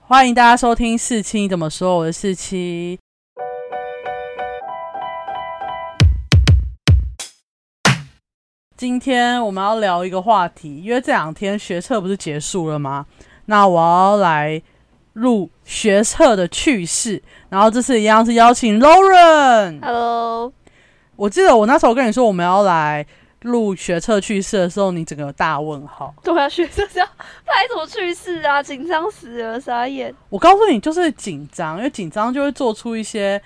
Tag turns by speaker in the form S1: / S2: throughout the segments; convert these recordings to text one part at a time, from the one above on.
S1: 欢迎大家收听四七怎么说，我是四七。今天我们要聊一个话题，因为这两天学测不是结束了吗？那我要来录学测的趣事，然后这次一样是邀请 Lauren。
S2: 哦 Hello，
S1: 我记得我那时候跟你说我们要来录学测趣事的时候，你整个大问号。
S2: 对啊，学生是要拍什么趣事啊？紧张死了，傻眼。
S1: 我告诉你，就是紧张，因为紧张就会做出一些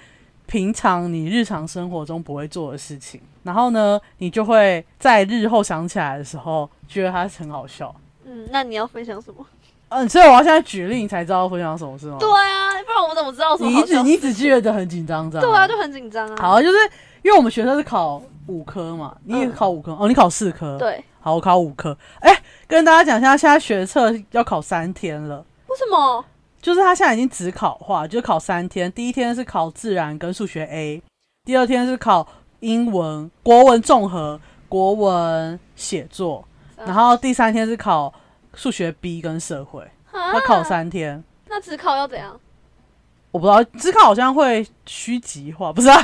S1: 平常你日常生活中不会做的事情，然后呢，你就会在日后想起来的时候，觉得它是很好笑。
S2: 嗯，那你要分享什么？
S1: 嗯，所以我要现在举例，你才知道分享什么是吗？
S2: 对啊，不然我怎么知道什么
S1: 哦你
S2: 好
S1: 只
S2: 笑？
S1: 你只记得很紧张，这样
S2: 对啊，
S1: 吗
S2: 就很紧张啊。
S1: 好，就是因为我们学生是考五科嘛，你也
S2: 嗯
S1: 考五科、哦，你考四科，，
S2: 对，
S1: 好，我考五科。哎、跟大家讲一下，现在学测要考三天了。
S2: 为什么？
S1: 就是他现在已经只考化，就是考三天。第一天是考自然跟数学 A，第二天是考英文、国文综合、国文写作，
S2: 嗯
S1: 然后第三天是考数学 B 跟社会。
S2: 啊
S1: 他考，三天，
S2: 那只考要怎样？
S1: 我不知道，只考好像会虚极化， 不是啊？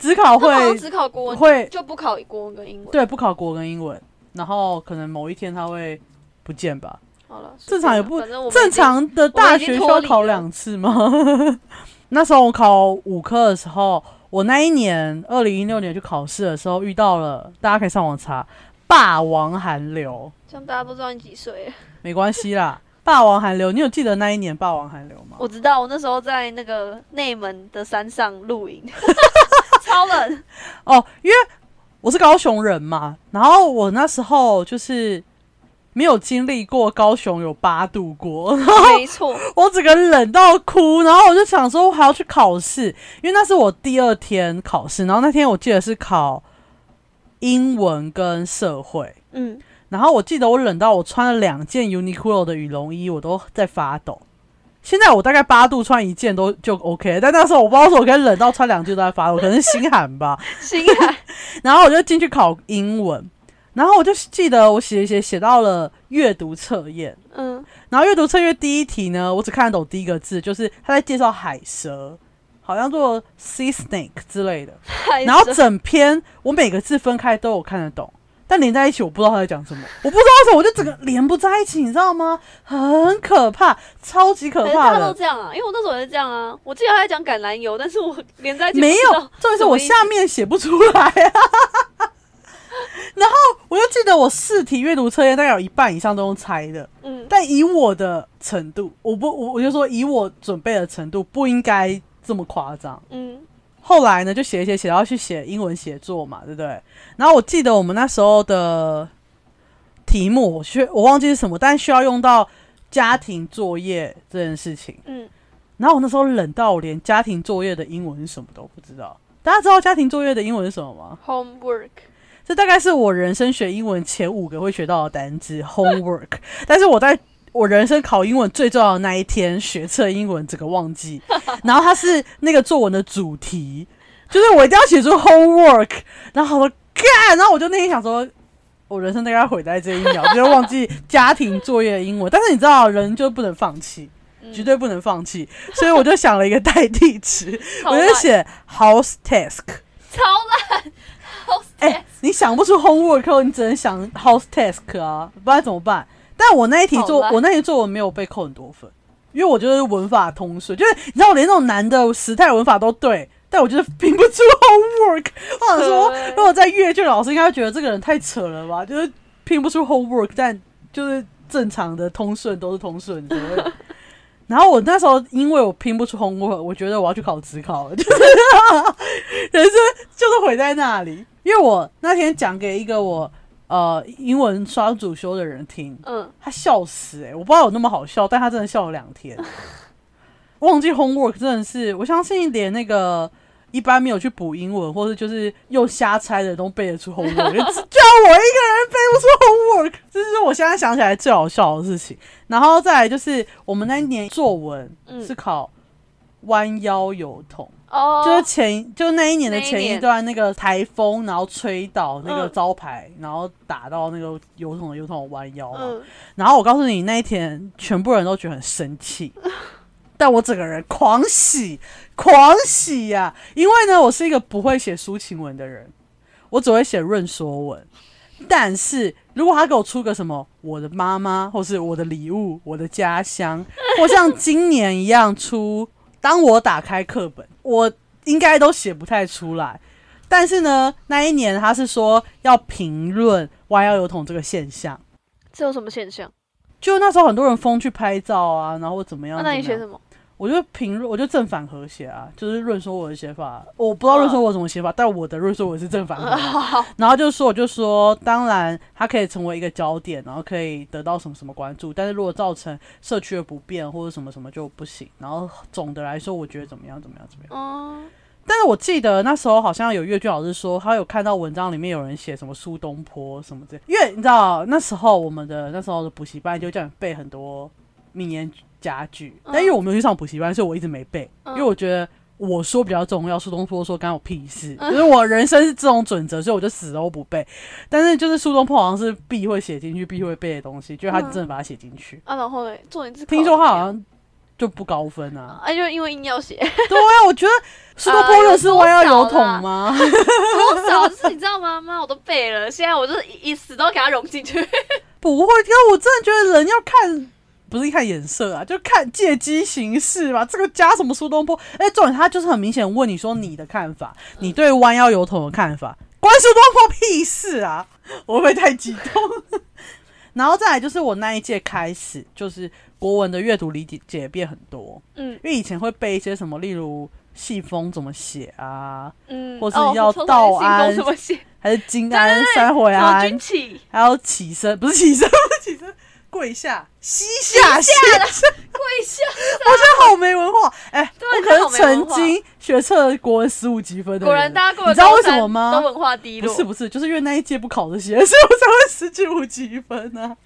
S1: 只考
S2: 他好像
S1: 会
S2: 只考国文，
S1: 会
S2: 就不考国文跟英文。，
S1: 对不考国文跟英文，然后可能某一天他会不见吧。
S2: 好了，
S1: 正
S2: 随便
S1: 常
S2: 啦
S1: 也不
S2: 反正我们
S1: 正
S2: 已经。
S1: 常的大学需要考两次吗？那时候我考五科的时候，我那一年二零一六年去考试的时候遇到了，大家可以上网查“霸王寒流
S2: 这样大家不知道你几岁了。”，
S1: 没关系 啦，“霸王寒流”，你有记得那一年“霸王寒流”吗？
S2: 我知道，我那时候在那个内门的山上露营， 超冷。
S1: 哦，因为我是高雄人嘛，然后我那时候就是没有经历过高雄有八度过，
S2: 没错，
S1: 我整个冷到哭，然后我就想说，我还要去考试，因为那是我第二天考试，然后那天我记得是考英文跟社会，
S2: 嗯，
S1: 然后我记得我冷到我穿了两件 Uniqlo 的羽绒衣，我都在发抖。现在我大概八度穿一件都就 OK，但那时候我不知道为什么我可以冷到穿两件都在发抖，可能是心寒吧。
S2: 心海。
S1: 然后我就进去考英文，然后我就记得我写一写写到了阅读测验，
S2: 嗯，
S1: 然后阅读策略第一题呢，我只看得懂第一个字，就是他在介绍海蛇，好像做 sea snake 之类的。
S2: 太
S1: 然后
S2: 深
S1: 整篇我每个字分开都有看得懂，但连在一起我不知道他在讲什么，我不知道为什么我就整个连不在一起，你知道吗？很可怕，超级可
S2: 可是
S1: 怕
S2: 大家都
S1: 的。
S2: 这样啊，因为我那时候也是这样啊。我记得他在讲橄榄油，但是我连在一起
S1: 没有
S2: 不知道，
S1: 重点是
S2: 什么
S1: 我
S2: 意思
S1: 下面写不出来啊。 然后我就记得我四题阅读测验大概有一半以上都用猜的，
S2: 嗯，
S1: 但以我的程度，我不我我就说以我准备的程度不应该这么夸张。
S2: 嗯，
S1: 后来呢，就写一写，写到去写英文写作嘛，对不对？然后我记得我们那时候的题目，我需我忘记是什么，但需要用到家庭作业这件事情。
S2: 嗯，
S1: 然后我那时候冷到我连家庭作业的英文是什么都不知道。大家知道家庭作业的英文是什么吗？
S2: homework，
S1: 这大概是我人生学英文前五个会学到的单字 homework，但 是我在我人生考英文最重要的那一天学测英文这个忘记，然后它是那个作文的主题，就是我一定要写出 homework，然后我说干，然后我就那天想说。我人生大概毁在这一秒，就是忘记家庭作业的英文。但是你知道，人就不能放弃，
S2: 嗯
S1: 绝对不能放弃。所以我就想了一个代替词，
S2: 超
S1: 我
S2: 烂
S1: 就写 house task。
S2: 超烂，house
S1: 哎、
S2: task，
S1: 你想不出 homework，后你只能想 house task 啊，不然怎么办？但我那一题作，
S2: 好吧
S1: 我那一题作文没有被扣很多分，因为我就是文法通顺，就是你知道我连那种难的时态文法都对，但我就是拼不出 homework。我想说，
S2: 对
S1: 如果在阅卷老师应该会觉得这个人太扯了吧，就是拼不出 homework，但就是正常的通顺都是通顺，怎么会 然后我那时候因为我拼不出 homework，我觉得我要去考职考了，就是人生就是毁在那里。因为我那天讲给一个我呃英文双主修的人听，
S2: 嗯，
S1: 他笑死哎、我不知道有那么好笑，但他真的笑了两 天。忘记 homework 真的是，我相信连那个一般没有去补英文或者就是又瞎猜的都背得出 homework，就我一个人背不出 homework，这是我现在想起来最好笑的事情。然后再来就是我们那一年作文
S2: 嗯
S1: 是考弯腰油桶。
S2: 哦，
S1: 就是前就那一年的前
S2: 那一
S1: 一
S2: 年
S1: 段那个台风，然后吹倒那个
S2: 嗯
S1: 招牌，然后打到那个油桶的油桶的弯腰嘛。
S2: 嗯，
S1: 然后我告诉你，那一天全部人都觉得很生气， 但我整个人狂喜狂喜呀、因为呢，我是一个不会写抒情文的人，我只会写论说文。但是如果他给我出个什么我的妈妈，或是我的礼物、我的家乡，或像今年一样出，当我打开课本，我应该都写不太出来。但是呢，那一年他是说要评论 YL 油桶这个现象，
S2: 这有什么现象？
S1: 就那时候很多人疯去拍照啊，然后怎么样？
S2: 那那你
S1: 怎么样
S2: 写什么？
S1: 我就评论，我就正反和谐啊，就是论说我的写法，我不知道论说我有什么写法，但我的论说我是正反和谐。 然后就说，我就说，当然它可以成为一个焦点，然后可以得到什么什么关注，但是如果造成社区的不便或者什么什么就不行。然后总的来说，我觉得怎么样怎么样怎么样。
S2: 嗯，
S1: 但是我记得那时候好像有阅卷老师说，他有看到文章里面有人写什么苏东坡什么之类，因为你知道那时候我们的那时候的补习班就叫你背很多名言佳句，
S2: 嗯
S1: 但因为我没有去上补习班，所以我一直没背，
S2: 嗯
S1: 因为我觉得。我说比较重要，苏东坡说干我屁事，就是我人生是这种准则，所以我就死都不背。但是就是苏东坡好像是必会写进去、必会背的东西，就他真的把它写进去。
S2: 啊，然后嘞，重点是
S1: 听说他嗯好
S2: 考
S1: 像就不高分啊，
S2: 哎，就因为硬 要写，
S1: 对啊，我觉得苏东坡又是弯腰油桶吗？
S2: 多少就是你知道吗？妈，我都背了，现在我就是一一死都给它融进去。
S1: 不会，因为我真的觉得人要看，不是看眼色啊，就看借机行事吧。这个加什么苏东坡？哎、重点他就是很明显问你说你的看法，你对弯腰油桶的看法，关苏东坡屁事啊！我会不会太激动？然后再来就是我那一届开始，就是国文的阅读理解变很多，
S2: 嗯
S1: 因为以前会背一些什么，例如戏风怎么写啊，
S2: 嗯，
S1: 或是
S2: 哦
S1: 要
S2: 我从
S1: 道
S2: 来信封
S1: 安
S2: 怎么写？
S1: 还是金安、三回啊
S2: 什
S1: 安
S2: 么、军旗？
S1: 还要起身，不是起身，不是起身，跪下，膝下，膝下，
S2: 跪下，
S1: 好没文化。哎、
S2: 对
S1: 我可
S2: 真的好
S1: 是
S2: 没文
S1: 曾
S2: 化
S1: 经学测国文十五级分的人，
S2: 果然大家过
S1: 你
S2: 了
S1: 知道
S2: 高
S1: 为什
S2: 三
S1: 么吗？
S2: 都文化低
S1: 不
S2: 落。
S1: 是不是，就是因为那一届不考这些，所以我才会十几五级分啊。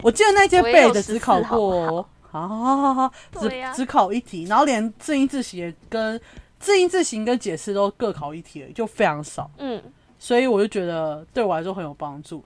S1: 我记得那一届
S2: 我也有
S1: 背的只考
S2: 14好不
S1: 过，好好好好，只
S2: 对呀
S1: 只考一题，然后连字音字形跟字音字形跟解释都各考一题而已，就非常少。
S2: 嗯，
S1: 所以我就觉得对我来说很有帮助。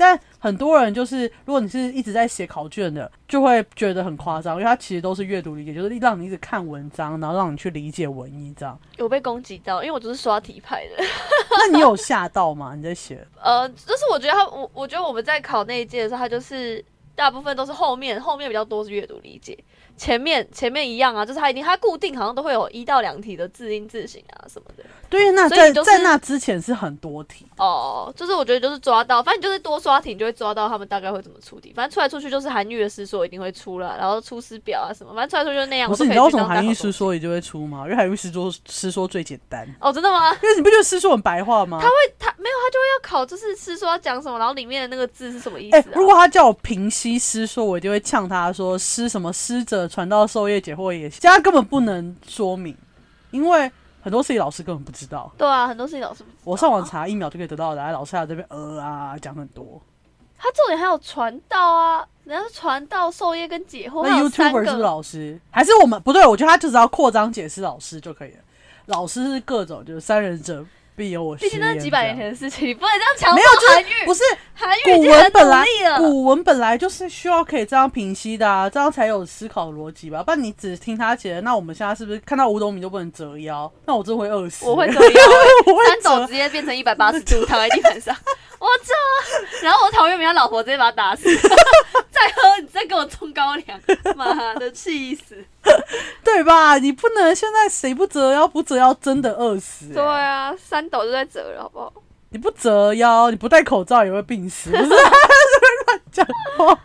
S1: 但很多人就是，如果你是一直在写考卷的，就会觉得很夸张，因为它其实都是阅读理解，就是让你一直看文章，然后让你去理解文意这 样。
S2: 有被攻击到，因为我就是刷题派的。
S1: 那你有吓到吗？你在写
S2: 呃，就是我觉得他，我我觉得我们在考那一届的时候，他就是大部分都是后面后面比较多是阅读理解，前面前面一样啊，就是他一定他固定好像都会有一到两题的字音字形啊什么的。
S1: 对，那
S2: 所以
S1: 在、
S2: 就是
S1: 在那之前是很多题，
S2: 哦，就是我觉得就是抓到，反正你就是多刷题，你就会抓到他们大概会怎么出题。反正出来出去就是韩愈的诗说一定会出啦，然后出师表啊什么，反正出来出去就是那样。
S1: 不是？
S2: 我
S1: 你
S2: 都
S1: 知道为什
S2: 可以去
S1: 么
S2: 当大
S1: 韩愈
S2: 考
S1: 诗
S2: 同学？
S1: 说你就会出吗？因为韩愈诗说诗说最简单，
S2: 哦，真的吗？
S1: 因为你不觉得诗说很白话吗？他会
S2: 他没有，他就会要考，就是诗说要讲什么，然后里面的那个字是什么意思、
S1: 哎、
S2: 啊
S1: 如果他叫我平息诗说，我一定会呛他说诗什么诗者传道授业解惑也行，这样根本不能说明，因为很多事情老师根本不知道。
S2: 对啊，很多事情老师不知道
S1: 我上网查一秒就可以得到的答案，老师还在这边呃啊讲很多。
S2: 他重点还有传道啊，人家是传道授业跟解惑，还
S1: 那
S2: 有三
S1: YouTuber
S2: 个
S1: 是不是老师？还是我们不对？我觉得他就只要扩张解释老师就可以了。老师是各种，就是三人者必有我师
S2: 毕
S1: 焉这
S2: 竟
S1: 样。
S2: 那是几百年前的事情，你不能这样强迫
S1: 没有就是
S2: 韩愈。
S1: 不是
S2: 韩愈已
S1: 古
S2: 经很
S1: 文
S2: 努
S1: 本来
S2: 力了，
S1: 古文本来就是需要可以这样平息的、啊，这样才有思考逻辑吧。不然你只听他写的，那我们现在是不是看到五斗米都不能折腰？那我真的会饿死。
S2: 我 会这
S1: 我会
S2: 三
S1: 折
S2: 走直接变成一百八十 度躺在地板上，我操！然后我陶渊明他老婆直接把他 打死，再喝你再给我冲高粱，妈的气死！
S1: 对吧？你不能现在谁不折腰不折腰真的饿死、欸
S2: 对啊，三斗就在折了，好不好？
S1: 你不折腰，你不戴口罩也会病死，不是？ 乱讲话，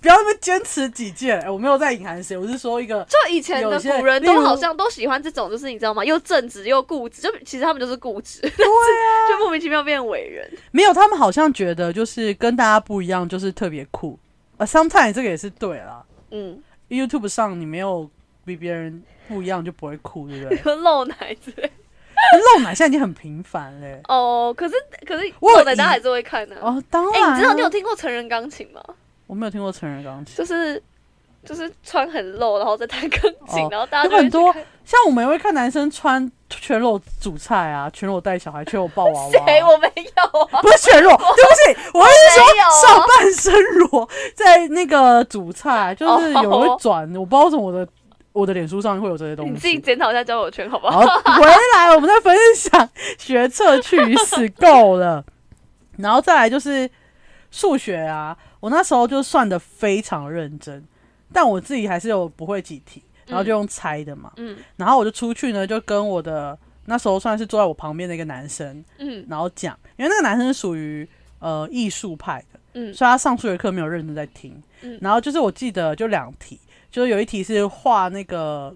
S1: 不要那么坚持己见。哎我没有在隐含谁，我是说一个
S2: 就以前的
S1: 有些
S2: 古人
S1: 例
S2: 都
S1: 如
S2: 好像都喜欢这种，就是你知道吗？又正直又固执，就其实他们就是固 执，
S1: 对啊，
S2: 就莫名其妙变伟人。
S1: 没有，他们好像觉得就是跟大家不一样，就是特别酷。啊，sometimes 这个也是对啦。
S2: 嗯，
S1: YouTube 上你没有比别人不一样就不会哭，对不对？
S2: 你 说漏奶之类。
S1: 露奶现在已经很频繁嘞。
S2: 哦，可是可是
S1: 我有
S2: 漏奶
S1: 疑
S2: 大家还是会看的、啊。
S1: 哦，当
S2: 哎、
S1: 然、啊
S2: 你知道你有听过成人钢琴吗？
S1: 我没有听过成人钢琴，
S2: 就是就是穿很露，然后再弹钢琴，
S1: 哦
S2: 然后大家
S1: 有
S2: 就会
S1: 很
S2: 去
S1: 多
S2: 看。
S1: 像我们也会看男生穿全裸煮菜啊，全裸带小孩，全裸抱娃娃。
S2: 谁？我没有啊，
S1: 不是全 裸，对不起，我是说
S2: 没有哦
S1: 上半身裸在那个煮菜，就是有人
S2: 哦
S1: 会转，我不知道为什么我的我的脸书上会有这些东西。
S2: 你自己检讨一下交友圈好不好？
S1: 好，回来我们再分享学测趣事够了，然后再来就是数学啊，我那时候就算的非常认真，但我自己还是有不会几题，然后就用猜的嘛，
S2: 嗯
S1: 然后我就出去呢，就跟我的那时候算是坐在我旁边的一个男生，
S2: 嗯
S1: 然后讲，因为那个男生是属于呃艺术派的，
S2: 嗯
S1: 所以他上数学课没有认真在听。
S2: 嗯
S1: 然后就是我记得就两题，就是有一题是画那个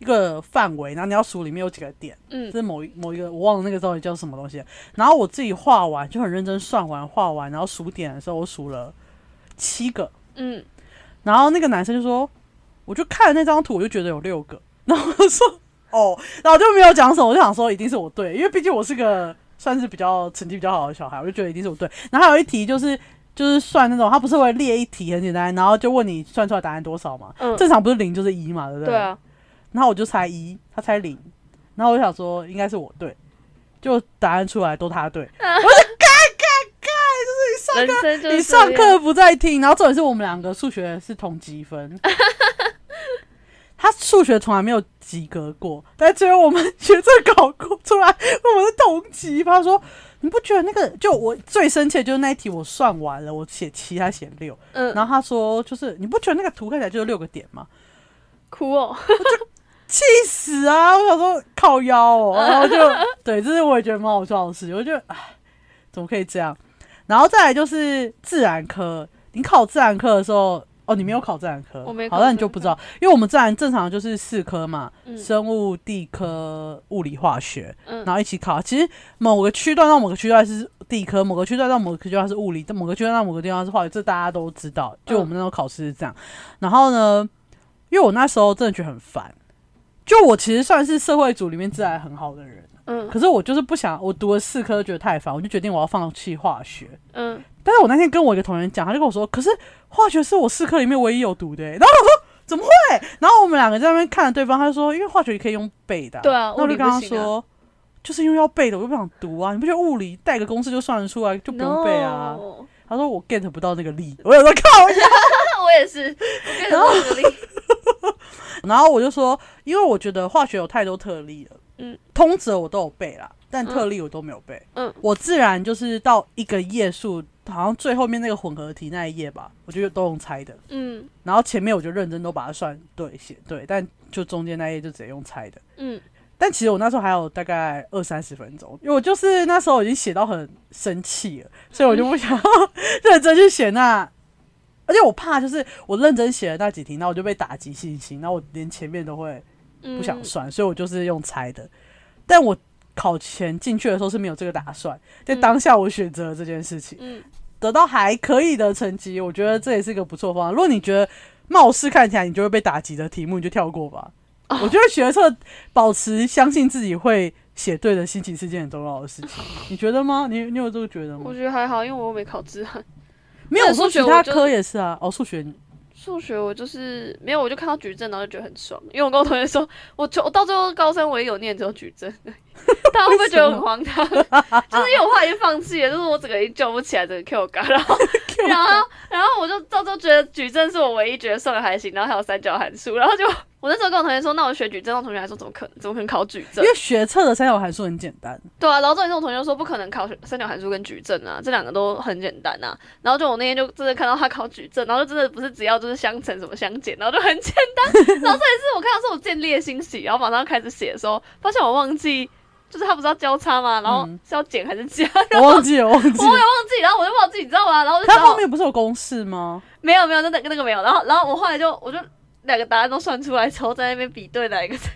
S1: 一个范围，然后你要数里面有几个点，这
S2: 嗯
S1: 是某一某一个我忘了那个到底叫什么东西了。然后我自己画完就很认真算完画完，然后数点的时候我数了七个，
S2: 嗯，
S1: 然后那个男生就说，我就看了那张图，我就觉得有六个， 然后我就说哦，然后我就没有讲什么，我就想说一定是我对，因为毕竟我是个算是比较成绩比较好的小孩，我就觉得一定是我对。然后还有一题就是就是算那种，他不是会列一题很简单，然后就问你算出来答案多少嘛？
S2: 嗯
S1: 正常不是零就是一嘛，对不对？
S2: 对啊，
S1: 然后我就猜一，他猜零，然后我就想说应该是我对，就答案出来都他 对，
S2: 人生就是
S1: 你上
S2: 这样
S1: 课不在听，然后重点是我们两个数学是同积分，他数学从来没有及格过，但最后我们 学测考过出来，我们是同级。他说：“你不觉得那个？”就我最生气的就是那一题，我算完了，我写七，他写六，
S2: 嗯
S1: 然后他说：“就是你不觉得那个图看起来就是六个点吗？”
S2: 哭哦，
S1: 气死啊！我想说靠腰 哦，然后就对，这是我也觉得蛮好笑的事，我就唉，怎么可以这样？然后再来就是自然科，你考自然科的时候，哦，你没有考自然科，
S2: 我没考
S1: 好，
S2: 自然
S1: 那你就不知道，因为我们自然正常就是四科嘛，
S2: 嗯
S1: 生物、地科、物理、化学，
S2: 嗯
S1: 然后一起考。其实某个区段到某个区段是地科，某个区段到某个区段是物理，某个区段到某个地方是化学，这大家都知道。就我们那时候考试是这样。
S2: 嗯
S1: 然后呢，因为我那时候真的觉得很烦，就我其实算是社会组里面自然很好的人，
S2: 嗯
S1: 可是我就是不想，我读了四科觉得太烦，我就决定我要放弃化学。
S2: 嗯，
S1: 但是我那天跟我一个同学讲，他就跟我说，可是化学是我四科里面唯一有读的欸、然后我说怎么会？然后我们两个在那边看着对方，他就说，因为化学也可以用背的、
S2: 对啊
S1: 那我
S2: 物
S1: 就
S2: 理
S1: 跟他
S2: 不行啊
S1: 说，就是因为要背的，我就不想读啊。你不觉得物理带个公式就算得出来，就不用背啊
S2: No
S1: 他说我 get 不到那个力，我有时候靠我
S2: 我也是，我变成这个力。
S1: 然后我就说，因为我觉得化学有太多特例了，嗯
S2: 嗯，
S1: 通则我都有背啦，但特例我都没有背，嗯
S2: 嗯，
S1: 我自然就是到一个页数，好像最后面那个混合题那一页吧，我就都用猜的，
S2: 嗯
S1: 然后前面我就认真都把它算对写对，但就中间那一页就直接用猜的。
S2: 嗯
S1: 但其实我那时候还有大概二三十分钟，因为我就是那时候已经写到很生气了，所以我就不想嗯认真去写那，而且我怕就是我认真写了那几题，那我就被打击信心，那我连前面都会
S2: 嗯，
S1: 不想算，所以我就是用猜的。但我考前进去的时候是没有这个打算，在
S2: 嗯
S1: 当下我选择了这件事情。
S2: 嗯
S1: 得到还可以的成绩，我觉得这也是一个不错方案。如果你觉得貌似看起来你就会被打击的题目，你就跳过吧。我觉得学测保持相信自己会写对的心情是件很重要的事情，你觉得吗？你你有这个觉得吗
S2: 我？觉得还好，因为我又没考自然，
S1: 没有，
S2: 那
S1: 我说
S2: 数
S1: 其
S2: 学
S1: 他
S2: 我就
S1: 科也是啊。哦，数学
S2: 数学我就是没有，我就看到矩阵，然后就觉得很爽。因为我跟我同学说，我就我到最后高三唯一有念只有 矩阵，大家会不会觉得很荒唐？就是因为我后来已经放弃了，就是我整个已经救不起来整个 Q 感， 然后然后然后我就到最后觉得矩阵是我唯一觉得算的还行，然后还有三角函数，然后就我那时候跟我同学说，那我学矩阵，我同学还说怎么可能，怎么可能考矩
S1: 因
S2: 阵？
S1: 为学测的三角函数很简单，
S2: 对啊，然后重点是我同学说不可能考三角函数跟矩阵啊，这两个都很简单啊。然后就我那天就真的看到他考矩阵，然后就真的不是只要就是相乘什么相减，然后就很简单。然后这一次我看到是我见猎欣喜，然后马上开始写的时候，发现我忘记就是他不是要交叉吗？然后
S1: 嗯
S2: 是要减还 是加？
S1: 我忘记了，我忘记
S2: 我
S1: 了。
S2: 也忘记，然后我就忘记，你知道吗？然后我就
S1: 它
S2: 想
S1: 后面不是有公式吗？
S2: 没有没有，那那个那个没有。然后然后我后来就我就两个答案都算出来之后，在那边比对哪一个才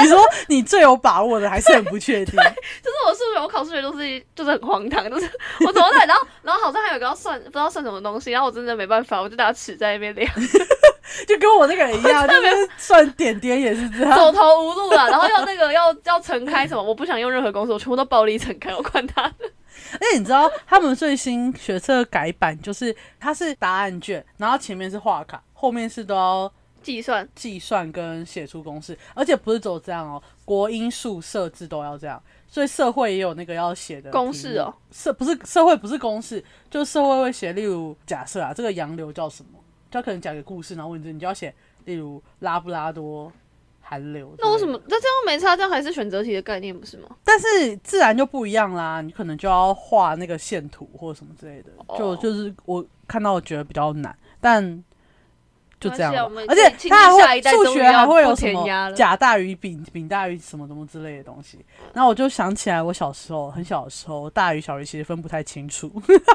S1: 你说你最有把握的还是很不确 定，
S2: 就是我数学，我考数学都是就是很荒唐，就是我怎么在，然后然后好像还有一个要算，不知道算什么东西，然后我真的没办法，我就拿尺在那边量，
S1: 就跟我那个人一样，就是算点点也是这样。
S2: 走投无路了，然后要那个要要乘开什么，我不想用任何公式，我全部都暴力乘开，我管他的。
S1: 而且你知道，他们最新学测改版就是，它是答案卷，然后前面是画卡，后面是都要
S2: 计算，
S1: 计算跟写出公式，而且不是只有这样哦，国英数设置都要这样，所以社会也有那个要写的
S2: 公式哦
S1: 题目，社不是社会不是公式，就社会会写，例如假设啊，这个洋流叫什么，就可能讲个故事，然后问你，你就要写例如拉布拉多、寒流。
S2: 那为什？么？那这样没差，这样还是选择题的概念不是吗？
S1: 但是自然就不一样啦，你可能就要画那个线图或什么之类的。就
S2: 哦
S1: 就是我看到觉得比较难，但就这样
S2: 没关系啊
S1: 吧
S2: 我们。
S1: 而且
S2: 庆祝
S1: 它
S2: 下
S1: 还
S2: 一
S1: 会
S2: 代
S1: 数
S2: 终于
S1: 学
S2: 要
S1: 还会有
S2: 不
S1: 什
S2: 填鸭
S1: 么
S2: 了
S1: 甲大于丙，丙大于什么什么之类的东西。然后我就想起来，我小时候很小的时候，大于小于其实分不太清楚。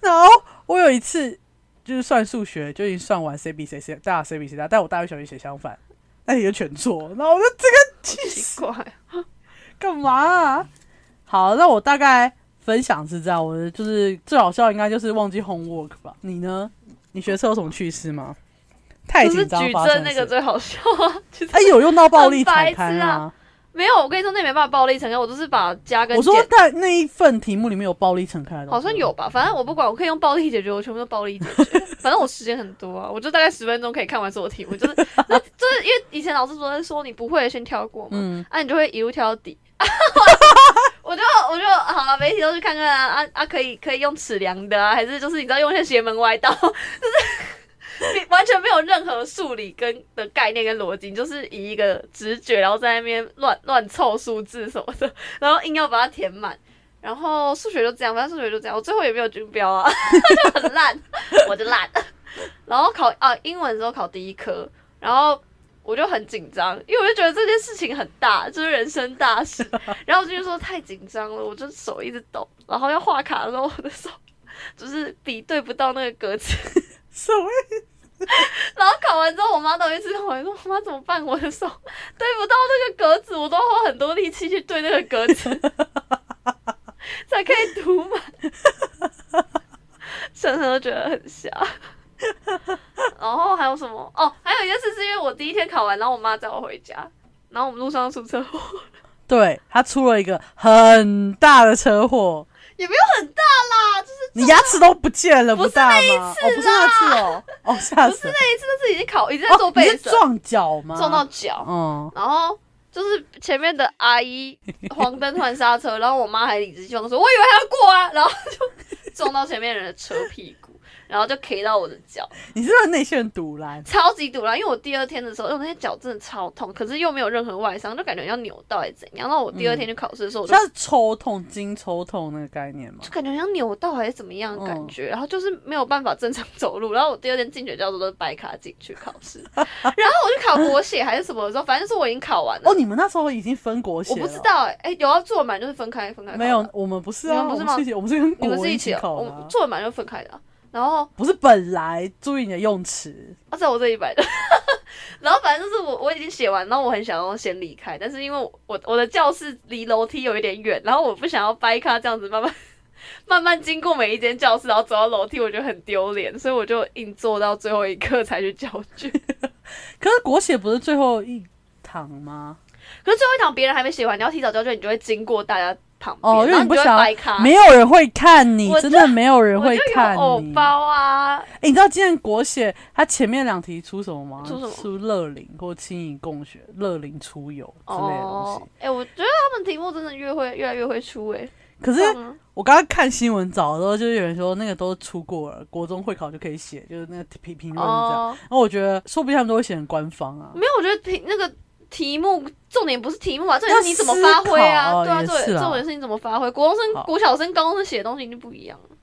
S1: 然后我有一次就是算数学，就已经算完谁比谁谁大，谁比谁大，但我大于小于写相反，那也就全错。然后我就这个气死。
S2: 奇怪，
S1: 干嘛啊、好，那我大概分享是这样，我的就是最好笑应该就是忘记 homework 吧。你呢？你学车有什么趣事吗？太
S2: 就
S1: 紧
S2: 是
S1: 张
S2: 举
S1: 发生
S2: 证
S1: 的
S2: 那
S1: 事
S2: 个最好笑啊！其实
S1: 哎、有用到暴力
S2: 很白
S1: 惨
S2: 痴
S1: 刊
S2: 啊！没有，我跟你说那也没办法暴力成功，我都是把加跟
S1: 我说
S2: 减，
S1: 在那一份题目里面有暴力敞开的东西，
S2: 好像有吧，反正我不管，我可以用暴力解决，我全部都暴力解决。反正我时间很多啊，我就大概十分钟可以看完所有题目，就是那就是因为以前老师昨天说你不会先跳过嘛，
S1: 嗯，
S2: 啊，你就会一路挑到底。 我就我就好了，每一题都去看看啊啊啊！可以可以用尺量的啊，还是就是你知道用一些邪门歪道， 就是 你完全没有任何数理跟的概念跟逻辑，你就是以一个直觉，然后在那边乱乱凑数字什么的，然后硬要把它填满。然后数学就这样，反正数学就这样，我最后也没有均标啊， 就很烂，我就烂。 然后考啊英文的时候考第一科，然后我就很紧张，因为我就觉得这件事情很大，就是人生大事。然后我就说太紧张了，我就手一直抖，然后要画卡的时候，我的手 就是比对不到那个格子。
S1: 什么？
S2: 然后考完之后，我妈都一直跟我说：“哎妈怎么办？我的手对不到那个格子，我都要花很多力气去对那个格子， 才可以读满。” 深深都觉得很瞎。然后还有什么？哦，还有一件事是因为我第一天考完，然后我妈载我回家，然后我们路上出车祸。
S1: 对他出了一个很大的车祸，
S2: 也没有很大啦，就是
S1: 你牙齿都不见了，
S2: 不是
S1: 大吗？哦，不是那次哦，哦，吓
S2: 不
S1: 死
S2: 是
S1: 了！
S2: 那一次，那是已经考，已经在做
S1: 哦，你
S2: 备
S1: 是
S2: 审，
S1: 撞脚吗？
S2: 撞到脚，
S1: 嗯，
S2: 然后就是前面的阿姨黄灯突然刹车， 然后我妈还理直气壮地说：“我以为她要过啊！”然后就撞到前面人的车屁股， 然后就 K 到我的脚，
S1: 你是不是内线堵拦？
S2: 超级堵啦！因为我第二天的时候，因为我那天脚真的超痛，可是又没有任何外伤，就感觉要扭到还是怎样。然后我第二天去考试的时候，我就
S1: 像是抽痛、筋抽痛那个概念吗
S2: 就？感觉好像扭到还是怎么样的感
S1: 嗯
S2: 觉，然后就是没有办法正常走路。然后我第二天进学校的时候都是白卡进去考试， 然后我去考国写还是什么的时候，反正就是我已经考完了。
S1: 哦，你们那时候已经分国
S2: 我
S1: 写了？
S2: 不知，道哎、哎、有要做满就是分开分开考的
S1: 没有，，我们不是
S2: 你
S1: 啊，
S2: 们不是
S1: 我
S2: 吗
S1: 们是一起我们是跟
S2: 你们
S1: 国
S2: 是一
S1: 起
S2: 起的，
S1: 考
S2: 我
S1: 的啊、
S2: 们做满就分开的啊、然后
S1: 不是本来注意你的用词，
S2: 啊，在我这里摆的。 然后反正就是我我已经写完，然后我很想要先离开，但是因为我我我的教室离楼梯有一点远，然后我不想要掰咖这样子慢 慢慢慢经过每一间教室，然后走到楼梯，我觉得很丢脸，所以我就硬坐到最后一刻才去教具。
S1: 可是国写不是最后一堂吗？
S2: 可是最后一堂别人还没写完，你要提早交卷，你就会经过大家旁边，
S1: 哦因为
S2: 然
S1: 你
S2: 后你
S1: 不
S2: 就会
S1: 想要
S2: 掰咖。
S1: 没有人会看你
S2: 我，就
S1: 真的没有人
S2: 我
S1: 会
S2: 就
S1: 看
S2: 有偶
S1: 你。
S2: 包啊，
S1: 哎、你知道今天国写它前面两题出什么吗？
S2: 出什么
S1: 出乐龄或轻盈共学、乐龄出游之类的东
S2: 哦
S1: 西。，
S2: 哎、我觉得他们题目真的越会越来越会出哎、
S1: 可是
S2: 这样吗
S1: 我刚刚看新闻找的时候，就是有人说那个都出过了，国中会考就可以写，就是那个评评论是这样。
S2: 哦，
S1: 然后我觉得，说不定他们都会写很官方啊。
S2: 没有，我觉得题那个题目重点不是题目啊，重点
S1: 要
S2: 是你怎么发挥
S1: 思考
S2: 啊，对啊，
S1: 也
S2: 重点
S1: 是啊
S2: 重点是你怎么发挥。国中
S1: 好
S2: 生、国小生、高中生写的东西就不一样了。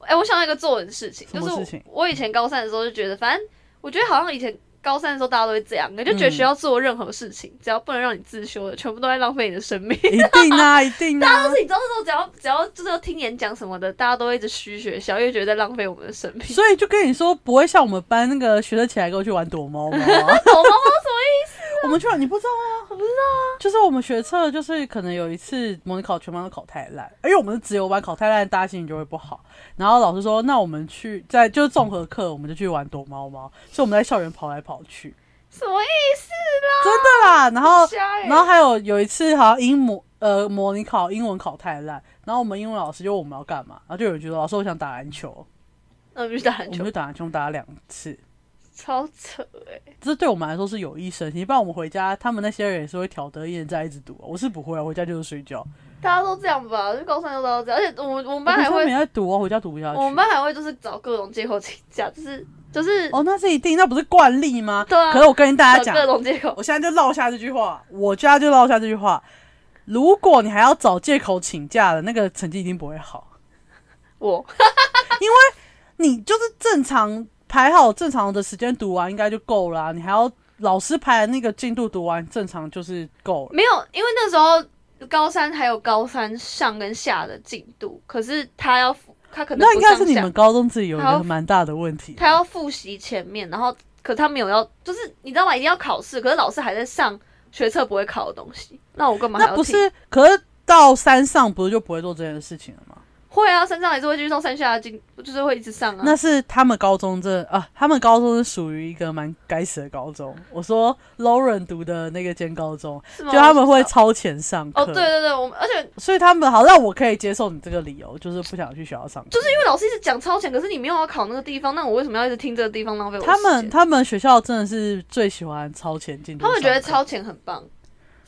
S2: 哎、我想到一个作文事情，
S1: 什
S2: 就
S1: 么
S2: 是
S1: 事情
S2: 我我以前高三的时候就觉得，反正我觉得好像以前高三的时候大家都会这样，就觉得
S1: 嗯
S2: 学校做任何事情，只要不能让你自修的，全部都在浪费你的 生命。
S1: 一定啊，一定啊
S2: 但。是你知道那时候只要只要就是要听演讲什么的，大家都会一直虚学校，因为觉得在浪费我们的生命。
S1: 所以就跟你说，不会像我们班那个学生起来跟我去玩躲猫猫、 啊。
S2: 我妈妈
S1: 我们去玩，你不知道吗？我不知道啊。就是我们学测，就是可能有一次模拟考全班都考太烂，因为我们是自由班考太烂，大家心情就会不好。然后老师说，那我们去在就是综合课，我们就去玩躲猫猫，所以我们在校园跑来跑去，
S2: 什么意思
S1: 真的啦。哦然后
S2: 瞎欸
S1: 然后还有有一次好像英模呃模拟考英文考太烂，然后我们英文老师就问我们要干嘛，然后就有人觉得老师我想打篮球，
S2: 那我们去打篮
S1: 我
S2: 球
S1: 们就，打篮球打了两次，
S2: 超扯哎、
S1: 这对我们来说是有益身心，不然我们回家他们那些人也是会挑得一人在一直读，我是不会啊，回家就是睡觉，
S2: 大家都这样吧，就高三就大家都这样，而且我们我们
S1: 我
S2: 班还
S1: 回家
S2: 会
S1: 没，在读啊，回家读不下去
S2: 我，们班还会就是找各种借口请假，就是就是
S1: 哦，那是一定，那不是惯例吗？
S2: 对啊
S1: 可是我跟大家
S2: 找
S1: 讲，
S2: 各种借口。
S1: 我现在就落下这句话，我家就落下这句话。如果你还要找借口请假的，那个成绩一定不会好。
S2: 我
S1: 你就是正常排好正常的时间读完应该就够啦、你还要老师排的那个进度读完，正常就是够了。
S2: 没有，因为那时候高三还有高三上跟下的进度，可是他要复他可能
S1: 那应
S2: 不
S1: 该
S2: 上
S1: 是你
S2: 下
S1: 们高中自己有一
S2: 还要
S1: 个蛮大的问题。
S2: 他要复习前面，然后可他没有要，就是你知道吗？一定要考试，可是老师还在上学测不会考的东西，那我干嘛还
S1: 那
S2: 要
S1: 不
S2: 听
S1: 是，可是到山上不是就不会做这件事情了吗？
S2: 会啊？山上还是会继续上山下的进，就是会一直上啊。
S1: 那是他们高中这啊，他们高中是属于一个蛮该死的高中。我说 Lauren 读的那个间高中，
S2: 是吗
S1: 就他们会超前上课。
S2: 哦，对对对，我们而且
S1: 所以他们好，那我可以接受你这个理由，就是不想去学校上课。
S2: 就是因为老师一直讲超前，可是你没有要考那个地方，那我为什么要一直听这个地方浪费我时间
S1: 他们他们学校真的是最喜欢超前进度
S2: 他
S1: 上课，
S2: 们觉得超前很棒，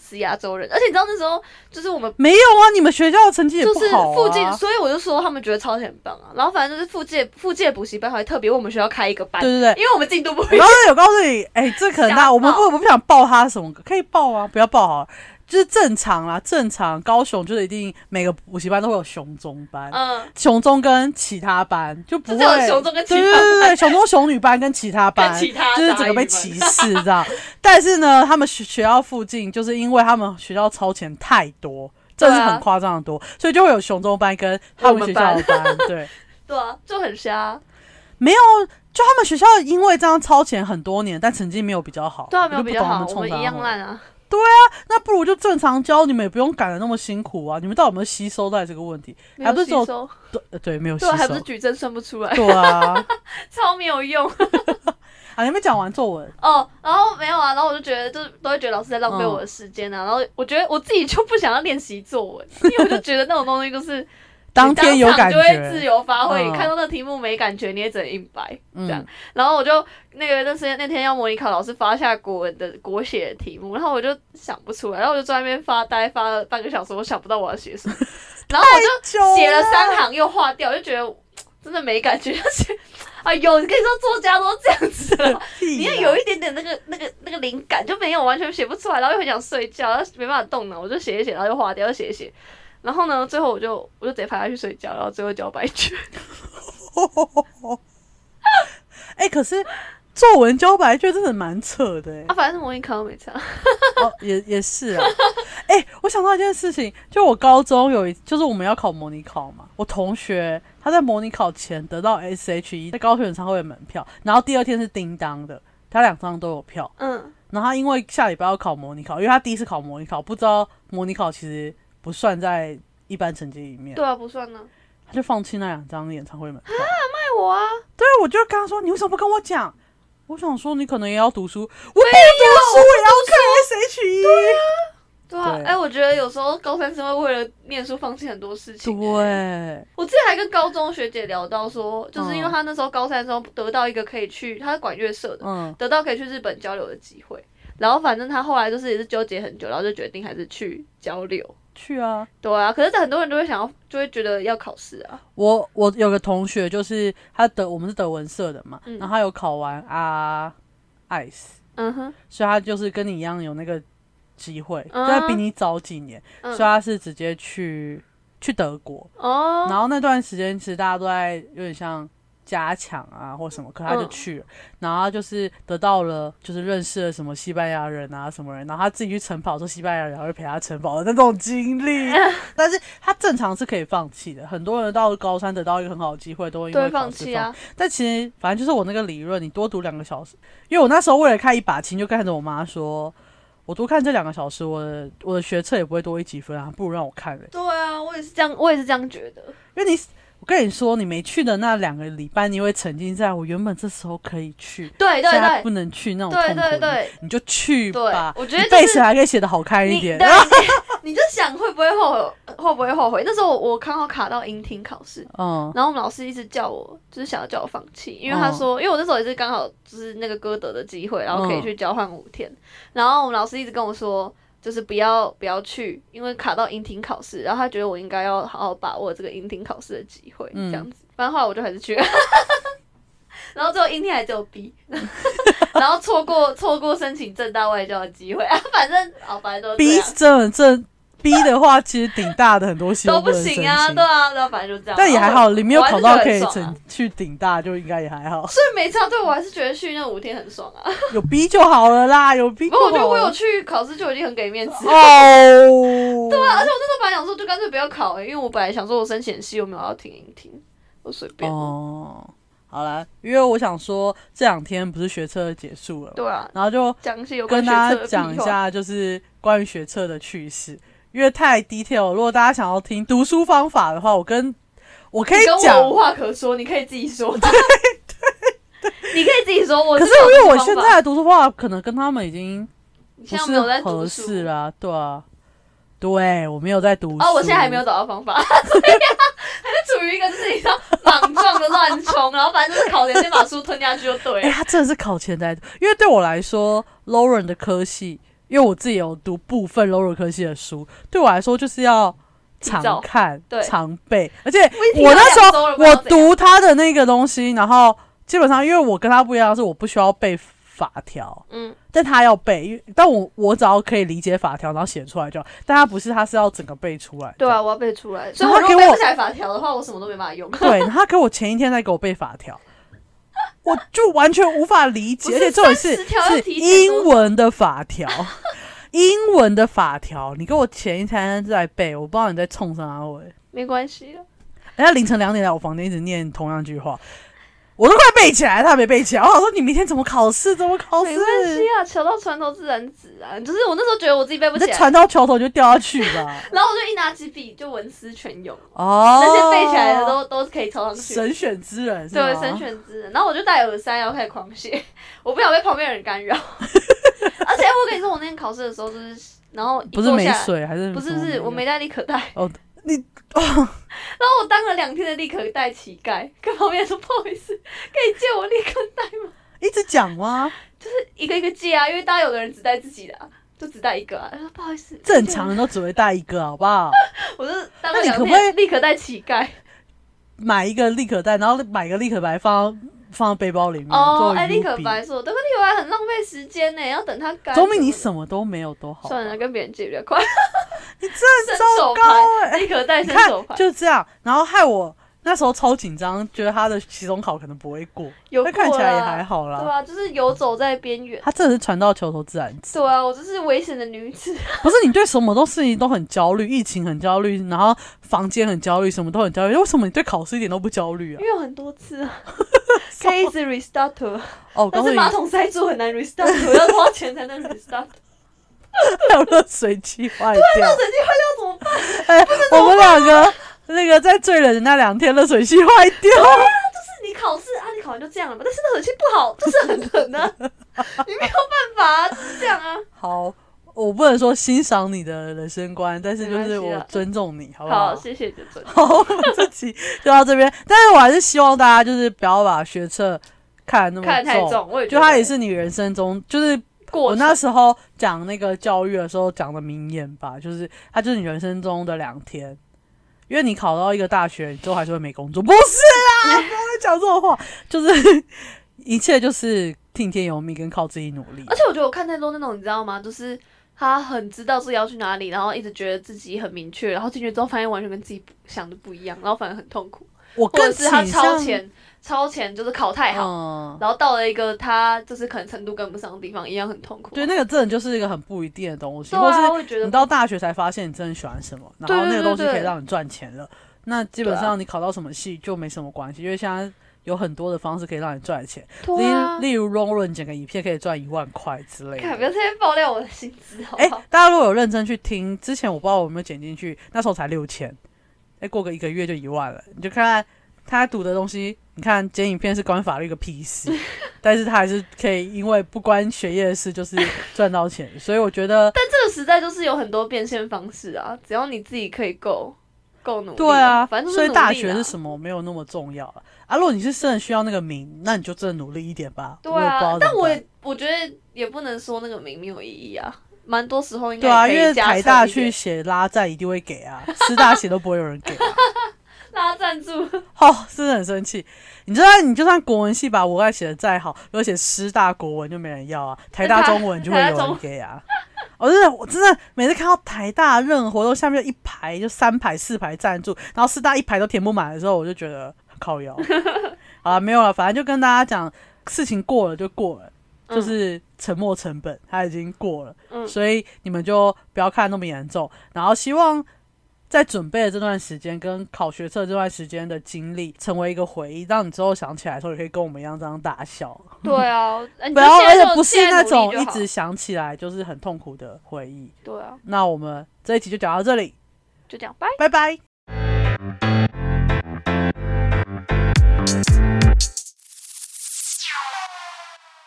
S2: 是亚洲人，而且你知道那时候就是我们
S1: 没有啊，你们学校的成绩也
S2: 就
S1: 不
S2: 是
S1: 好、啊、
S2: 附近，所以我就说他们觉得超前很棒啊。然后反正就是附近附近的补习班还特别为我们学校开一个班，
S1: 对对对。
S2: 因为我们进度不一
S1: 然
S2: 样。
S1: 后有告诉你，哎、这 可能
S2: 瞎
S1: 大，
S2: 报
S1: 我们不我们不想报他什么，可以报啊，不要报好了，就是正常啦，正常。高雄就是一定每个补习班都会有雄中班，
S2: 嗯，
S1: 雄中跟其他班就不
S2: 就
S1: 会
S2: 只有雄中跟其他
S1: 对对对对，雄中雄女班跟其他班，
S2: 跟其他
S1: 就是整个被歧视这样。 但是呢，他们学学校附近，就是因为他们学校超前太多，
S2: 对
S1: 真
S2: 啊
S1: 的是很夸张的多，所以就会有雄中班跟他们学校的班。对，
S2: 对啊，就很瞎。
S1: 没有，就他们学校因为这样超前很多年，但成绩没有比较好，
S2: 对啊，
S1: 我就
S2: 没有
S1: 不
S2: 比
S1: 懂
S2: 较
S1: 他
S2: 好，
S1: 们
S2: 我
S1: 冲
S2: 们
S1: 啥
S2: 一样
S1: 火
S2: 烂啊。
S1: 那不如就正常教，你们也不用赶得那么辛苦啊。你们到底有没有吸收到这个问题？
S2: 没
S1: 还
S2: 有
S1: 不是
S2: 吸
S1: 只有
S2: 收，
S1: 对呃对，没有吸
S2: 对啊，还不
S1: 收
S2: 是。矩阵算不出来，
S1: 对啊，
S2: 超没有用。
S1: 啊，你们讲完作文，
S2: 哦，然后没有啊，然后我就觉得，就是都会觉得老师在
S1: 嗯
S2: 浪费我的时间啊。然后我觉得我自己就不想要练习作文， 因为我就觉得那种东西就是你
S1: 当天有
S2: 场
S1: 感
S2: 就会自
S1: 觉，
S2: 由发挥，你
S1: 嗯
S2: 看到那题目没感觉，你也只能硬掰。这样
S1: 嗯，
S2: 然后我就那个那时间那天要模拟考，老师发下国文的国写的题目，然后我就想不出来，然后我就坐在那边发呆发了半个小时，我想不到我要写 什么，然后我就写了三行又划掉，就觉得嗯真的没感觉， 而且哎呦，我跟你说作家都这样子了，
S1: 屁
S2: 你要
S1: 啦
S2: 有一点点那个那个那个灵感就没有，完全写不出来，然后又很想睡觉，然后没办法动脑，我就写一写，然后又划掉，又写一写。然后呢，最后我就我就直接拍下去睡觉，然后最后交白 卷。
S1: 哎、可是作文交白卷真的蛮扯的、欸
S2: 啊，反正模拟考没差。
S1: 哦，也也是啊。哎、我想到一件事情，就我高中有一，就是我们要考模拟考嘛，我同学他在模拟考前得到 SHE 在高雄演唱会的门票，然后第二天是叮当的，他两张都有票。
S2: 嗯，
S1: 然后他因为下礼拜要考模拟考，因为他第一次考模拟考，不知道模拟考其实不算在一般成绩里面，
S2: 对啊，不算呢。
S1: 他就放弃那两张演唱会门票。
S2: 爱我啊，
S1: 对，我就跟他说：“你为什么不跟我讲？”我想说：“你可能也要读书，我不读书，我也要看 S H E。”
S2: 对啊，
S1: 对
S2: 哎、我觉得有时候高三生会为了念书放弃很多事情。
S1: 对，
S2: 我之前还跟高中学姐聊到说，就是因为她那时候高三的时候得到一个可以去，她是管乐社的，
S1: 嗯，
S2: 得到可以去日本交流的机会。然后反正她后来就是也是纠结很久，然后就决定还是去交流。
S1: 去啊！
S2: 对啊，可是很多人都会想要，就会觉得要考试啊。
S1: 我我有个同学，就是他德，我们是德文社的嘛，
S2: 嗯
S1: 然后他有考完啊 ICE，
S2: 嗯哼，
S1: 所以他就是跟你一样有那个机会，
S2: 嗯
S1: 但他比你早几年，所以
S2: 嗯，
S1: 他是啊直接去去德国，
S2: 哦，
S1: 然后那段时间其实大家都在有点像加强啊或什么，可他就
S2: 嗯
S1: 去了，然后他就是得到了，就是认识了什么西班牙人啊什么人，然后他自己去晨跑，说西班牙人会陪他晨跑的那种经 历。但是他正常是可以放弃的，很多人到高三得到一个很好的机会，都会因
S2: 对，
S1: 为
S2: 放
S1: 考试
S2: 弃啊。
S1: 但其实反正就是我那个理论，你多读两个小时，因为我那时候为了看一把琴，就看着我妈说。我多看这两个小时，我的我的学测也不会多一几分啊，不如让我看了、
S2: 对啊，我也是这样，我也是这样觉得。
S1: 因为你，我跟你说，你没去的那两个礼拜，你会沉浸在我原本这时候可以去，
S2: 对对
S1: 现在
S2: 对
S1: 不能去那种痛
S2: 对
S1: 苦里
S2: 对
S1: 面，
S2: 对，
S1: 你就去
S2: 对
S1: 吧。
S2: 我觉得
S1: 你
S2: 就是
S1: 背起来可以写的好看一点
S2: 你。对，你你就想会不会后悔，会不会后悔？那时候我我刚好卡到音听考试，
S1: 嗯，
S2: 然后我们老师一直叫我，就是想要叫我放弃，因为他说，因为我那时候也是刚好就是那个歌德的机会，然后可以
S1: 嗯
S2: 去交换五天，然后我们老师一直跟我说。就是不要不要去，因为卡到音听考试，然后他觉得我应该要好好把握这个音听考试的机会，
S1: 嗯
S2: 这样子。反正后来我就还是去了， 然后最后英天还只有 B，然后错过错过申请正大外教的机会啊，反正啊、反正都是这
S1: B
S2: 样
S1: 这这 B 的话，其实顶大的很多系
S2: 都
S1: 不
S2: 不
S1: 能申
S2: 行啊，
S1: 请
S2: 对啊，对啊，反正就这样。
S1: 但也还好，你没有
S2: 我还
S1: 考
S2: 是
S1: 到
S2: 觉得
S1: 可以
S2: 很爽
S1: 成
S2: 啊
S1: 去顶大，就应该也还好。
S2: 所以没差，对我还是觉得去那五天很爽啊。
S1: 有 B 就好了啦，有 B
S2: 不
S1: 就
S2: 过我觉得
S1: 好
S2: 我有
S1: 了。
S2: 去考试就已经很给面子。我
S1: 哦，对啊，而且
S2: 那时候本来想说就干脆不要考、欸，因为我本来想说我申请系我没有要停一停，我随便。
S1: 哦，好啦，因为我想说这两天不是学测结束了嘛，
S2: 对啊，
S1: 然后就
S2: 讲一些有
S1: 跟
S2: 关学
S1: 大
S2: 测的
S1: 家
S2: 屁
S1: 讲一
S2: 话。
S1: 下，就是关于学测的趣事，因为太 detail 了。如果大家想要听读书方法的话，我跟我可以
S2: 你跟
S1: 讲，
S2: 我无话可说，你可以自 己说。你可以自己说，我
S1: 可是
S2: 知道
S1: 因为我
S2: 这
S1: 现
S2: 个方
S1: 在
S2: 法
S1: 的读书方法可能跟他们已经
S2: 你
S1: 不
S2: 现在没有在
S1: 是
S2: 读
S1: 合
S2: 书
S1: 适啦，对啊，对我没有在读书。
S2: 哦，我现在还没有。找到方法， 所以啊，还是处于一个就是你知道莽撞的乱冲，然后反正就是考点先把书吞下去就对
S1: 哎、
S2: 了。
S1: 他真的是考前在读，因为对我来说，Lauren 的科系，因为我自己有读部分 Lauren 科系的书，对我来说就是要常看、
S2: 对
S1: 常背，而且
S2: 我已 经
S1: 我
S2: 听了
S1: 那时
S2: 两周
S1: 候
S2: 了不知
S1: 我
S2: 道怎样
S1: 读他的那个东西，然后基本上因为我跟他不一样，是我不需要背法条，
S2: 嗯，
S1: 但他要背，因为但我我只要可以理解法条，然后写出来就好。但他不是，他是要整个背出来。
S2: 对啊，，我要背出来。所
S1: 然
S2: 以
S1: 后
S2: 我
S1: 他
S2: 如
S1: 给
S2: 果背
S1: 我
S2: 不起来法条的话，我什么都没办法用。
S1: 对，他给我前一天在给我背法条，我就完全无法理
S2: 不
S1: 解，
S2: 是
S1: 而且重点是
S2: 30条要
S1: 是
S2: 提前
S1: 英
S2: 多
S1: 文的法条，英文的法条，你给我前一天在背，我不知道你在冲啥我。
S2: 没关系啊的，
S1: 人家凌晨两点来我房间一直念同样一句话，我都快背起来了，他还没背起来。我想说你明天怎么考试？怎么考
S2: 没关
S1: 试
S2: 系？啊，桥到船头自然直啊。就是我那时候觉得我自己背不
S1: 你
S2: 起
S1: 这
S2: 来，
S1: 船到桥头就掉下去 吧。
S2: 然后我就一拿起笔就文思泉涌，
S1: 哦，
S2: 那些背起来的都都是可以抄上去的。
S1: 神啊选之人是
S2: 对，
S1: 吗
S2: 神选之人。然后我就戴耳塞，然后开始狂写， 我不想被旁边人干 扰。而且我跟你说，我那天考试的时候就是，然后一
S1: 不是
S2: 坐
S1: 没
S2: 下来，
S1: 水还是
S2: 不是
S1: 什
S2: 不
S1: 么
S2: 是，我
S1: 没
S2: 没带立可带。
S1: 哦你
S2: 然后我当了两天的立可带乞丐，跟旁边人说不好意思，可以借我立可带吗？
S1: 一直讲吗？
S2: 一个一个借啊，因为大家有的人只带自己的、啊。就只带一个啊，他说不好意思，
S1: 正常人都只会带一个，好不好？
S2: 我是当
S1: 那
S2: 了
S1: 你
S2: 两
S1: 可不可以
S2: 天立可带乞丐
S1: 买一个立可带，然后买个立可白放放到背包里面。
S2: 哦
S1: 嗯做，
S2: 哎，立
S1: U
S2: 可
S1: B
S2: 白说，但是立可白很浪费时间呢，要等它干什
S1: 总
S2: 么的。
S1: 比你什么都没有都好。
S2: 算了，跟别人借比较快。
S1: 你真的
S2: 伸
S1: 糟
S2: 手
S1: 糕 哎、
S2: 牌，立可带
S1: 你
S2: 伸
S1: 看
S2: 手牌，
S1: 就这样，然后害我那时候超紧张，觉得他的期中考可能不会过，
S2: 有
S1: 但看起来也还
S2: 好
S1: 好
S2: 对
S1: 啦。
S2: 啊，就是游走在边缘。
S1: 他真的是船到桥头自然直，
S2: 对啊，我就是危险的 女子。
S1: 不是你对什么都事情都很焦虑，疫情很焦虑，然后房间很焦虑，什么都很焦虑。为什么你对考试一点都不焦虑啊
S2: 因？为有很多 次啊，可以一直 restart，
S1: 哦，我告
S2: 但
S1: 诉
S2: 是
S1: 你，
S2: 马桶塞住很难 restart，要花钱才能 restart，
S1: 还有热水器坏掉。
S2: 神经坏掉怎么办？
S1: 哎、我们两个那个在醉了的那两天，热水器坏掉，
S2: 就是你考试啊，你考完就这样了嘛，但是那冷气不好，就是很冷 啊，你没有办法啊，就是这样啊。
S1: 好，我不能说欣赏你的人生观，但是就
S2: 没
S1: 是
S2: 关系
S1: 我
S2: 啊
S1: 尊重你，好不
S2: 好，
S1: 好？
S2: 谢谢你的尊重。
S1: 好，我们 这期就到这边，但是我还是希望大家就是不要把学测看得那么
S2: 看得太重，我也觉
S1: 就
S2: 得
S1: 它也是你人生中，就是
S2: 过
S1: 我
S2: 程
S1: 那时候讲那个教育的时候讲的名言吧，就是它就是你人生中的两天，因为你考到一个大学，你之后还是会没工作，不是 啦，不要再讲这种话，就是 一切就是听天由命跟靠自己努力
S2: 而。且我觉得我看太多那种，你知道吗？就是他很知道自己要去哪里，然后一直觉得自己很明确，然后进去之后发现完全跟自己想的不一样，然后反而很痛苦。
S1: 我
S2: 或者
S1: 更
S2: 是他
S1: 倾
S2: 超
S1: 向，
S2: 前，超前就是考太好，
S1: 嗯，
S2: 然后到了一个他就是可能程度跟不上的地方，一样很痛苦。
S1: 对，那个真的就是一个很不一定的东西，
S2: 对
S1: 或是
S2: 啊，我也觉
S1: 你
S2: 得
S1: 到大学才发现你真的喜欢什么，然
S2: 对
S1: 后
S2: 对
S1: 那个东西
S2: 对对啊
S1: 可以让你赚钱了。那基本上你考到什么系就没什么关系，因为现在有很多的方式可以让你赚钱，例
S2: 对啊。
S1: 例如 r o l n 剪个影片可以赚一万块之类
S2: 看，
S1: 的。
S2: 不要在那边爆料我的薪资好
S1: 哎、
S2: 不好？
S1: 大家如果有认真去听，之前我不知道我有没有剪进去，那时候才六千，哎，过个一个月就一万了，你就看他读的东西，你看剪影片是关法律个屁 事，但是他还是可以因为不关学业的事就是赚到钱，所以我觉得
S2: 但这个时代就是有很多变现方式啊，只要你自己可以够够努力啊，
S1: 对啊，
S2: 反正就
S1: 所
S2: 是
S1: 以
S2: 努
S1: 大
S2: 力
S1: 学
S2: 啦
S1: 是什么没有那么重要了啊。如果你是真的需要那个名，那你就真的努力一点吧。
S2: 对
S1: 我也不知
S2: 啊
S1: 道，怎
S2: 但
S1: 么
S2: 我
S1: 办
S2: 也我觉得也不能说那个名没有意义啊，蛮多时候应该
S1: 对啊，
S2: 也
S1: 因
S2: 可以
S1: 为
S2: 加
S1: 台
S2: 成
S1: 大
S2: 一点
S1: 去写拉赞一定会给啊，师大写都不会有人给、啊。
S2: 大家赞助，
S1: 哦，真的很生气。你知道，你就算国文系把我爱写的再好，如果写师大国文就没人要啊，台大中文就会
S2: 台
S1: 有
S2: 大中
S1: 人给啊。我、真的，我真的每次看到台大任何活动下面就一排就三排四排赞助，然后师大一排都填不满的时候，我就觉得靠腰。 好了，没有了，反正就跟大家讲，事情过了就过了，就
S2: 嗯
S1: 是沉没成本，它已经过了，
S2: 嗯
S1: 所以你们就不要看那么严重。然后希望在准备的这段时间跟考学测这段时间的经历，成为一个回忆，让你之后想起来的时候，也可以跟我们一样这样大笑。
S2: 对啊，哎你
S1: 不
S2: 就
S1: 要，
S2: 现在
S1: 而且
S2: 就
S1: 不是
S2: 现
S1: 那
S2: 在努力
S1: 种
S2: 就
S1: 一
S2: 好
S1: 直想起来就是很痛苦的回忆。
S2: 对啊，
S1: 那我们这一集就讲到这里，
S2: 就这样，拜。
S1: 拜拜。